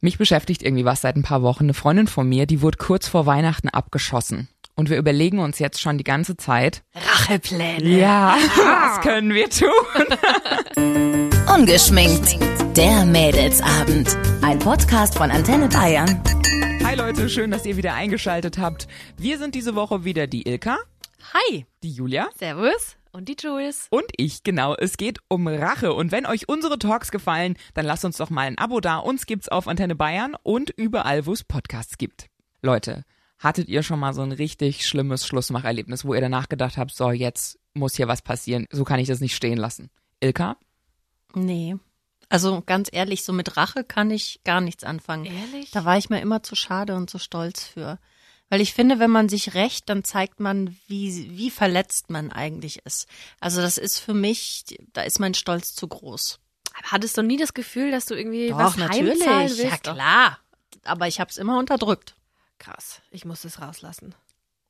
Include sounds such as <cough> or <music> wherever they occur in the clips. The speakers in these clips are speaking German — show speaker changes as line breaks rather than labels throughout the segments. Mich beschäftigt irgendwie was seit ein paar Wochen. Eine Freundin von mir, die wurde kurz vor Weihnachten abgeschossen. Und wir überlegen uns jetzt schon die ganze Zeit.
Rachepläne.
Ja, was können wir tun?
Ungeschminkt. Der Mädelsabend. Ein Podcast von Antenne Bayern.
Hi Leute, schön, dass ihr wieder eingeschaltet habt. Wir sind diese Woche wieder die Ilka,
Hi.
die Julia
Servus. Und die Jules.
und ich, genau. Es geht um Rache. Und wenn euch unsere Talks gefallen, dann lasst uns doch mal ein Abo da. Uns gibt's auf Antenne Bayern und überall, wo es Podcasts gibt. Leute, hattet ihr schon mal so ein richtig schlimmes Schlussmacherlebnis, wo ihr danach gedacht habt, so jetzt muss hier was passieren. So kann ich das nicht stehen lassen. Ilka?
Nee. Also ganz ehrlich, so mit Rache kann ich gar nichts anfangen.
Ehrlich?
Da war ich mir immer zu schade und zu stolz für. Weil ich finde, wenn man sich rächt, dann zeigt man, wie, wie verletzt man eigentlich ist. Also das ist für mich, da ist mein Stolz zu groß.
Aber hattest du nie das Gefühl, dass du irgendwie was heimzahlen willst?
Ja
Doch.
klar. Aber ich habe es immer unterdrückt.
Krass. Ich muss das rauslassen.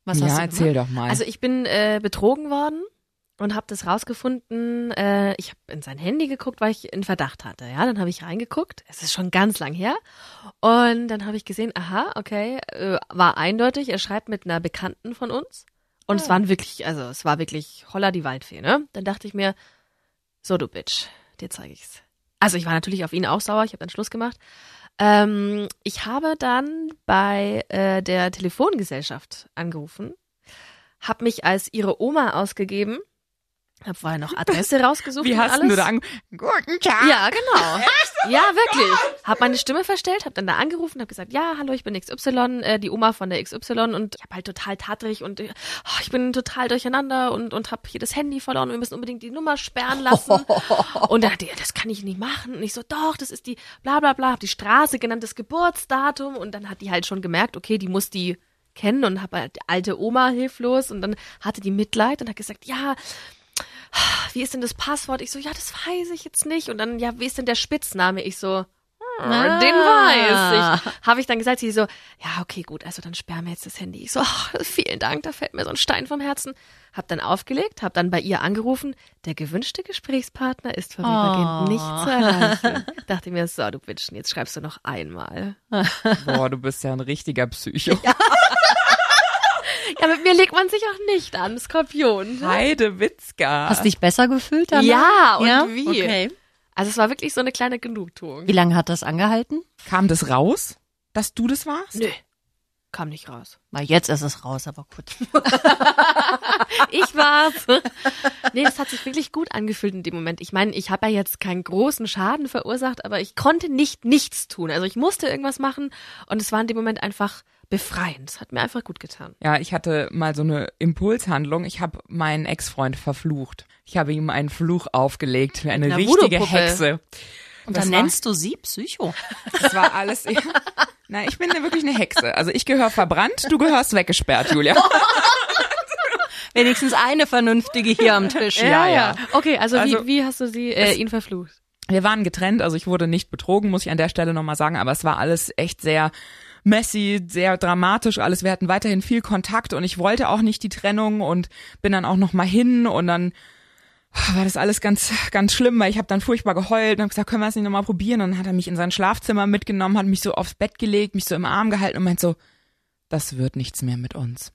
Was
ja,
hast du
erzähl
gemacht?
doch mal.
Also ich bin äh, betrogen worden und habe das rausgefunden. Äh, ich habe in sein Handy geguckt, weil ich einen Verdacht hatte. Ja, dann habe ich reingeguckt. Es ist schon ganz lang her. Und dann habe ich gesehen, aha, okay, äh, war eindeutig. Er schreibt mit einer Bekannten von uns. Und es waren wirklich, also es war wirklich holla die Waldfee, ne? Dann dachte ich mir, so du Bitch, dir zeige ich's. Also ich war natürlich auf ihn auch sauer. Ich habe dann Schluss gemacht. Ähm, ich habe dann bei äh, der Telefongesellschaft angerufen hab mich als ihre Oma ausgegeben, hab vorher
<laughs>
noch Adresse rausgesucht.
Wie
und
hast
alles.
du da Oh ange Guten Tag.
Ja,
<laughs>
genau. ja, wirklich. Hab meine Stimme verstellt, hab dann da angerufen, hab gesagt, ja, hallo, ich bin XY, äh, die Oma von der XY und ich hab halt total tatrig und äh, oh, ich bin total durcheinander und, und hab hier das Handy verloren und wir müssen unbedingt die Nummer
<laughs>
sperren
Oh,
lassen. <laughs> und dann hat die, ja, das kann ich nicht machen. Und ich so, doch, das ist die bla bla bla, hab die Straße genannt, das Geburtsdatum und dann hat die halt schon gemerkt, okay, die muss die kennen und hab halt die alte Oma hilflos und dann hatte die Mitleid und hat gesagt, ja, wie ist denn das Passwort? Ich so, ja, das weiß ich jetzt nicht. Und dann, ja, wie ist denn der Spitzname? Ich so,
Ah.
den weiß ich. Habe ich dann gesagt, sie so, ja, okay, gut, also dann sperren wir jetzt das Handy. Ich so, ach, vielen Dank, da fällt mir so ein Stein vom Herzen. Hab dann aufgelegt, hab dann bei ihr angerufen, der gewünschte Gesprächspartner ist vorübergehend
Oh.
nicht zu erreichen. <laughs> Dachte mir, so, du Bitchen, jetzt schreibst du noch einmal.
Boah, du bist ja ein richtiger Psycho.
Ja, mit mir legt man sich auch nicht an, Skorpion.
Heide Witzka.
Hast dich besser gefühlt danach?
Ja, und wie?
Okay.
Also es war wirklich so eine kleine Genugtuung.
Wie lange hat das angehalten?
Kam das raus, dass du das warst?
Nö, kam nicht raus.
Weil jetzt ist es raus, aber gut.
Ich war's. <laughs> Nee, das hat sich wirklich gut angefühlt in dem Moment. Ich meine, ich habe ja jetzt keinen großen Schaden verursacht, aber ich konnte nicht nichts tun. Also ich musste irgendwas machen und es war in dem Moment einfach befreiend. Es hat mir einfach gut getan.
Ja, ich hatte mal so eine Impulshandlung. Ich habe meinen Ex-Freund verflucht. Ich habe ihm einen Fluch aufgelegt, eine
einer
richtige
Voodoo-Puppe.
Hexe.
Und
Das
dann
war-
nennst du sie Psycho.
Das war alles. <laughs> Na, ich bin wirklich eine Hexe. Also ich gehöre verbrannt, du gehörst weggesperrt, Julia.
Wenigstens eine vernünftige hier am Tisch.
Okay, also,
Also-
wie, wie hast du sie äh, ihn verflucht?
Wir waren getrennt, also ich wurde nicht betrogen, muss ich an der Stelle nochmal sagen, aber es war alles echt sehr messy, sehr dramatisch alles. Wir hatten weiterhin viel Kontakt und ich wollte auch nicht die Trennung und bin dann auch nochmal hin und dann Ah, war das alles ganz, ganz schlimm, weil ich habe dann furchtbar geheult und habe gesagt, können wir das nicht nochmal probieren? Und dann hat er mich in sein Schlafzimmer mitgenommen, hat mich so aufs Bett gelegt, mich so im Arm gehalten und meint so, das wird nichts mehr mit uns.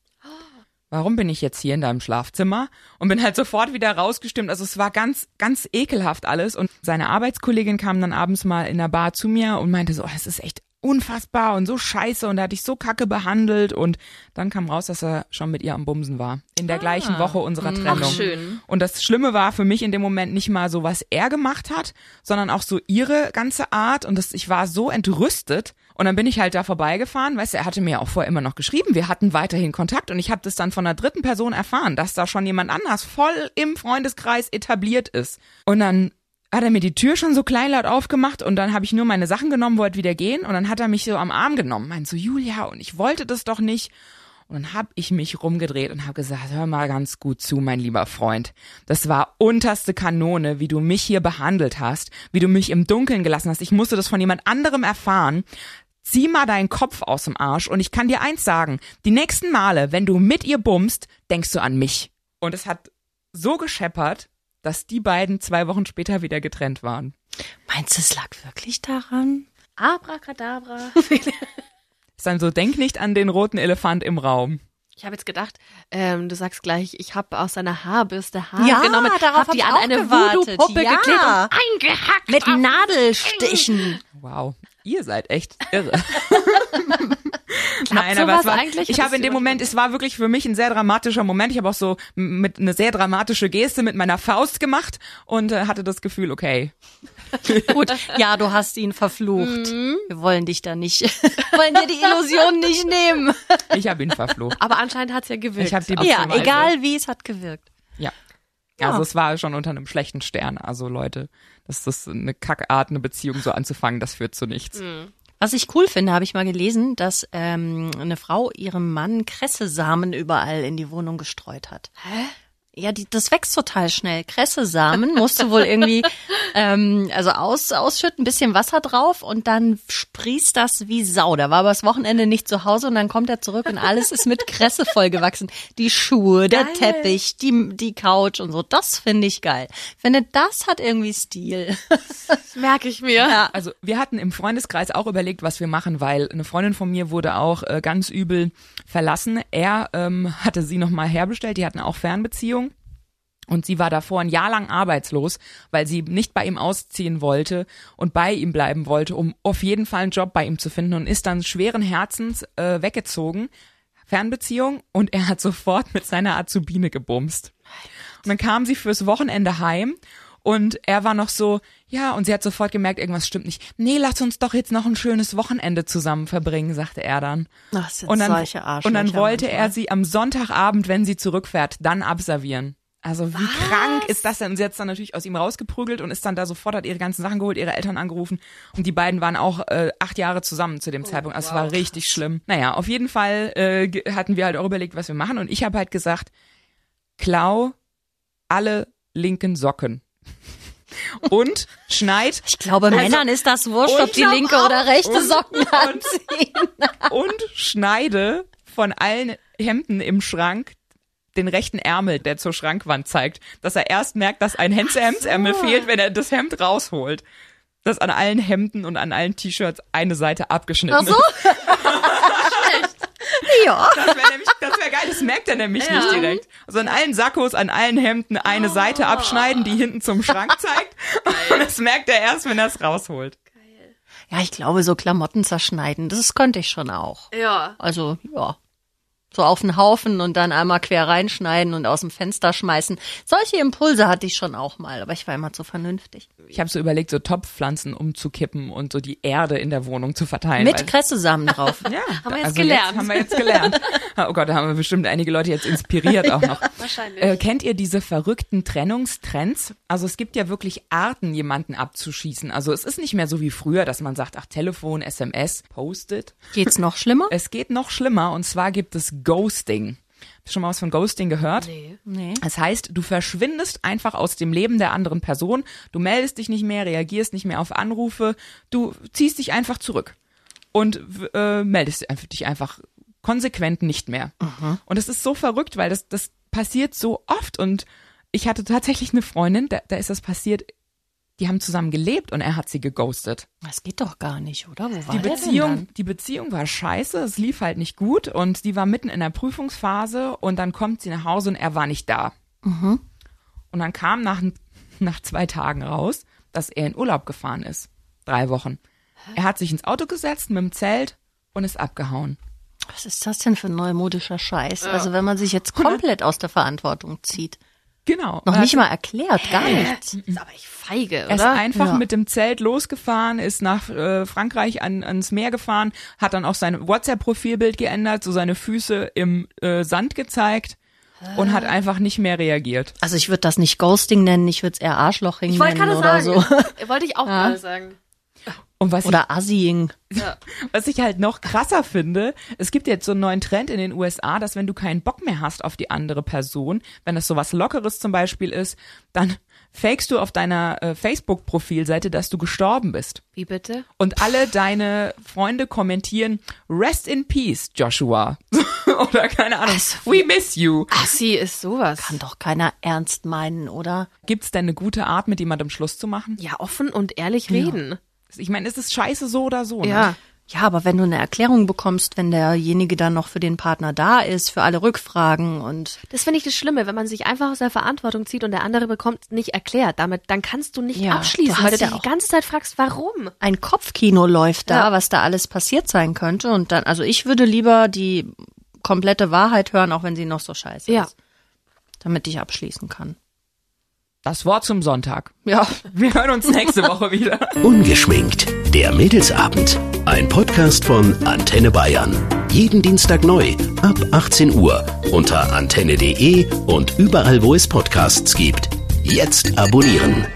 Warum bin ich jetzt hier in deinem Schlafzimmer? Und bin halt sofort wieder rausgestimmt. Also es war ganz, ganz ekelhaft alles. Und seine Arbeitskollegin kam dann abends mal in der Bar zu mir und meinte so, oh, das ist echt unfassbar und so scheiße und er hat dich so kacke behandelt. Und dann kam raus, dass er schon mit ihr am Bumsen war. In der gleichen Woche unserer Trennung.
schön.
Und das Schlimme war für mich in dem Moment nicht mal so, was er gemacht hat, sondern auch so ihre ganze Art. Und das, ich war so entrüstet. Und dann bin ich halt da vorbeigefahren. Weißt du, er hatte mir auch vorher immer noch geschrieben. Wir hatten weiterhin Kontakt. Und ich habe das dann von einer dritten Person erfahren, dass da schon jemand anders voll im Freundeskreis etabliert ist. Und dann hat er mir die Tür schon so kleinlaut aufgemacht und dann habe ich nur meine Sachen genommen, wollte wieder gehen und dann hat er mich so am Arm genommen, meint so Julia und ich wollte das doch nicht und dann hab ich mich rumgedreht und hab gesagt, hör mal ganz gut zu, mein lieber Freund. Das war unterste Kanone, wie du mich hier behandelt hast, wie du mich im Dunkeln gelassen hast. Ich musste das von jemand anderem erfahren. Zieh mal deinen Kopf aus dem Arsch und ich kann dir eins sagen. Die nächsten Male, wenn du mit ihr bummst, denkst du an mich. Und es hat so gescheppert, dass die beiden zwei Wochen später wieder getrennt waren.
Meinst du, es lag wirklich daran?
Abracadabra.
Ist dann so, denk nicht an den roten Elefant im Raum.
<laughs> Ich habe jetzt gedacht, ähm, du sagst gleich, ich habe aus seiner Haarbürste Haar
Ja,
genommen,
darauf
hab
hab
die
ich
an
auch
eine
gewartet.
Voodoo-Puppe
Ja.
geklebt und eingehackt.
Mit Nadelstichen.
Wow, ihr seid echt irre. <laughs>
Klappt sowas eigentlich?
ich
Hattest
habe in
du
dem Moment, es war wirklich für mich ein sehr dramatischer Moment. Ich habe auch so m- mit eine sehr dramatische Geste mit meiner Faust gemacht und äh, hatte das Gefühl, okay,
Gut, ja, du hast ihn verflucht. Wir wollen dich da nicht, wollen dir die Illusion nicht nehmen.
ich habe ihn <laughs> verflucht.
Aber anscheinend hat's ja gewirkt.
Ich habe die
Ja,
Beziehung-
egal wie, es hat gewirkt.
Ja. Also es war schon unter einem schlechten Stern. Also Leute, das ist eine Kackart, eine Beziehung so anzufangen, das führt zu nichts.
Was ich cool finde, habe ich mal gelesen, dass ähm, eine Frau ihrem Mann Kressesamen überall in die Wohnung gestreut hat. Hä? Ja, die, das wächst total schnell. Kressesamen musst du wohl
<laughs>
irgendwie ähm, also aus, ausschütten, bisschen Wasser drauf und dann sprießt das wie Sau. Da war aber das Wochenende nicht zu Hause und dann kommt er zurück und alles ist mit Kresse vollgewachsen. Die Schuhe, der Teppich, die, die Couch und so. Das finde ich geil. Ich finde, das hat irgendwie Stil.
merke
<laughs>
ich mir. Ja.
Also wir hatten im Freundeskreis auch überlegt, was wir machen, weil eine Freundin von mir wurde auch äh, ganz übel verlassen. Er ähm, <laughs> hatte sie nochmal herbestellt, die hatten auch Fernbeziehung. Und sie war davor ein Jahr lang arbeitslos, weil sie nicht bei ihm ausziehen wollte und bei ihm bleiben wollte, um auf jeden Fall einen Job bei ihm zu finden und ist dann schweren Herzens äh, weggezogen. Fernbeziehung und er hat <laughs> sofort mit seiner Azubine gebumst. Und dann kam sie fürs Wochenende heim und er war noch so, ja, und sie hat sofort gemerkt, irgendwas stimmt nicht. Nee, lass uns doch jetzt noch ein schönes Wochenende zusammen verbringen, sagte er dann.
Ach, sind
Und dann,
solche Arschlöcher
und dann wollte
manchmal.
er sie am Sonntagabend, wenn sie zurückfährt, dann abservieren. Also wie krank ist das denn? Und sie hat's dann natürlich aus ihm rausgeprügelt und ist dann da sofort, hat ihre ganzen Sachen geholt, ihre Eltern angerufen und die beiden waren auch äh, acht Jahre zusammen zu dem
Oh,
Zeitpunkt. Also es war richtig schlimm. Naja, auf jeden Fall äh, ge- hatten wir halt auch überlegt, was wir machen und ich habe halt gesagt, klau alle linken Socken <laughs> und schneid
Ich glaube, Männern ist das wurscht,
Also, Und
ob die
ich
linke
glaub
oder rechte
und-
Socken
und-
anziehen.
und schneide von allen Hemden im Schrank den rechten Ärmel, der zur Schrankwand zeigt, dass er erst merkt, dass ein Hemd Hemdsärmel fehlt, wenn er das Hemd rausholt. Dass an allen Hemden und an allen T-Shirts eine Seite abgeschnitten
so.
ist.
Ja.
Das wäre nämlich, das wäre geil, das merkt er nämlich nicht direkt. Also an allen Sakkos, an allen Hemden eine
Oh.
Seite abschneiden, die hinten zum Schrank zeigt. Und das merkt er erst, wenn er es rausholt.
Ja, ich glaube, so Klamotten zerschneiden, das könnte ich schon auch.
Ja.
Also, ja. So auf den Haufen und dann einmal quer reinschneiden und aus dem Fenster schmeißen. Solche Impulse hatte ich schon auch mal, aber ich war immer zu vernünftig.
Ich habe so überlegt, so Topfpflanzen umzukippen und so die Erde in der Wohnung zu verteilen. weil-
Mit
<laughs>
Kressesamen drauf.
Ja, haben
wir jetzt gelernt.
haben wir jetzt
<laughs>
gelernt. Oh Gott, da haben wir bestimmt einige Leute jetzt inspiriert auch noch.
Wahrscheinlich.
Äh, kennt ihr diese verrückten Trennungstrends? Also es gibt ja wirklich Arten, jemanden abzuschießen. Also es ist nicht mehr so wie früher, dass man sagt, ach Telefon, SMS, Post-it.
Geht's noch schlimmer?
Es geht noch schlimmer und zwar gibt es Ghosting. Hast du schon mal was von Ghosting gehört?
Nee.
Das heißt, du verschwindest einfach aus dem Leben der anderen Person, du meldest dich nicht mehr, reagierst nicht mehr auf Anrufe, du ziehst dich einfach zurück und w- äh, meldest einfach- dich einfach konsequent nicht mehr. Und das ist so verrückt, weil das, das passiert so oft und ich hatte tatsächlich eine Freundin, da, da ist das passiert, die haben zusammen gelebt und er hat sie geghostet.
Das geht doch gar nicht, oder? Wo war
Die
der Denn
Beziehung,
dann?
die Beziehung war scheiße, es lief halt nicht gut und die war mitten in der Prüfungsphase und dann kommt sie nach Hause und er war nicht da.
Mhm.
Und dann kam nach, nach zwei Tagen raus, dass er in Urlaub gefahren ist. Drei Wochen. Er hat sich ins Auto gesetzt mit dem Zelt und ist abgehauen.
Was ist das denn für ein neumodischer Scheiß? Also wenn man
<laughs>
sich jetzt komplett aus der Verantwortung zieht.
Genau.
Noch
Er
nicht mal erklärt, gar nichts.
Ist aber ich feige,
Er ist
oder?
einfach
Ja.
mit dem Zelt losgefahren, ist nach äh, Frankreich an, ans Meer gefahren, hat dann auch sein WhatsApp-Profilbild geändert, so seine Füße im äh, Sand gezeigt und hat einfach nicht mehr reagiert.
Also ich würde das nicht Ghosting nennen, ich würde es eher Arschloching
Ich wollte
nennen
gerade
oder
sagen.
so. <laughs>
Wollte ich auch gerade sagen.
Und was
Oder Assying.
Was ich halt noch krasser finde, es gibt jetzt so einen neuen Trend in den USA, dass wenn du keinen Bock mehr hast auf die andere Person, wenn das sowas Lockeres zum Beispiel ist, dann fakest du auf deiner äh, Facebook-Profilseite, dass du gestorben bist.
Wie bitte?
Und alle deine Freunde kommentieren, Rest in Peace, Joshua. <laughs> Oder keine Ahnung, we miss you.
Ach, sie ist sowas.
Kann doch keiner ernst meinen, oder?
Gibt's denn eine gute Art, mit jemandem Schluss zu machen?
ja, offen und ehrlich reden.
Ich meine, es ist scheiße so oder
Oh
so. Ne?
Ja.
Ja, aber wenn du eine Erklärung bekommst, wenn derjenige dann noch für den Partner da ist, für alle Rückfragen und
Das finde ich das Schlimme, wenn man sich einfach aus der Verantwortung zieht und der andere bekommt nicht erklärt. Damit, dann kannst du nicht
Ja,
abschließen,
du
weil du
hast ja
dich
auch-
die ganze Zeit fragst, warum?
ein Kopfkino läuft da,
Ja.
was da alles passiert sein könnte. Und dann, also ich würde lieber die komplette Wahrheit hören, auch wenn sie noch so scheiße
Ja.
ist. Damit ich abschließen kann.
Das Wort zum Sonntag.
Ja.
Wir hören uns nächste Woche wieder.
Ungeschminkt. Der Mädelsabend. Ein Podcast von Antenne Bayern. Jeden Dienstag neu ab 18 Uhr unter antenne.de und überall, wo es Podcasts gibt. Jetzt abonnieren.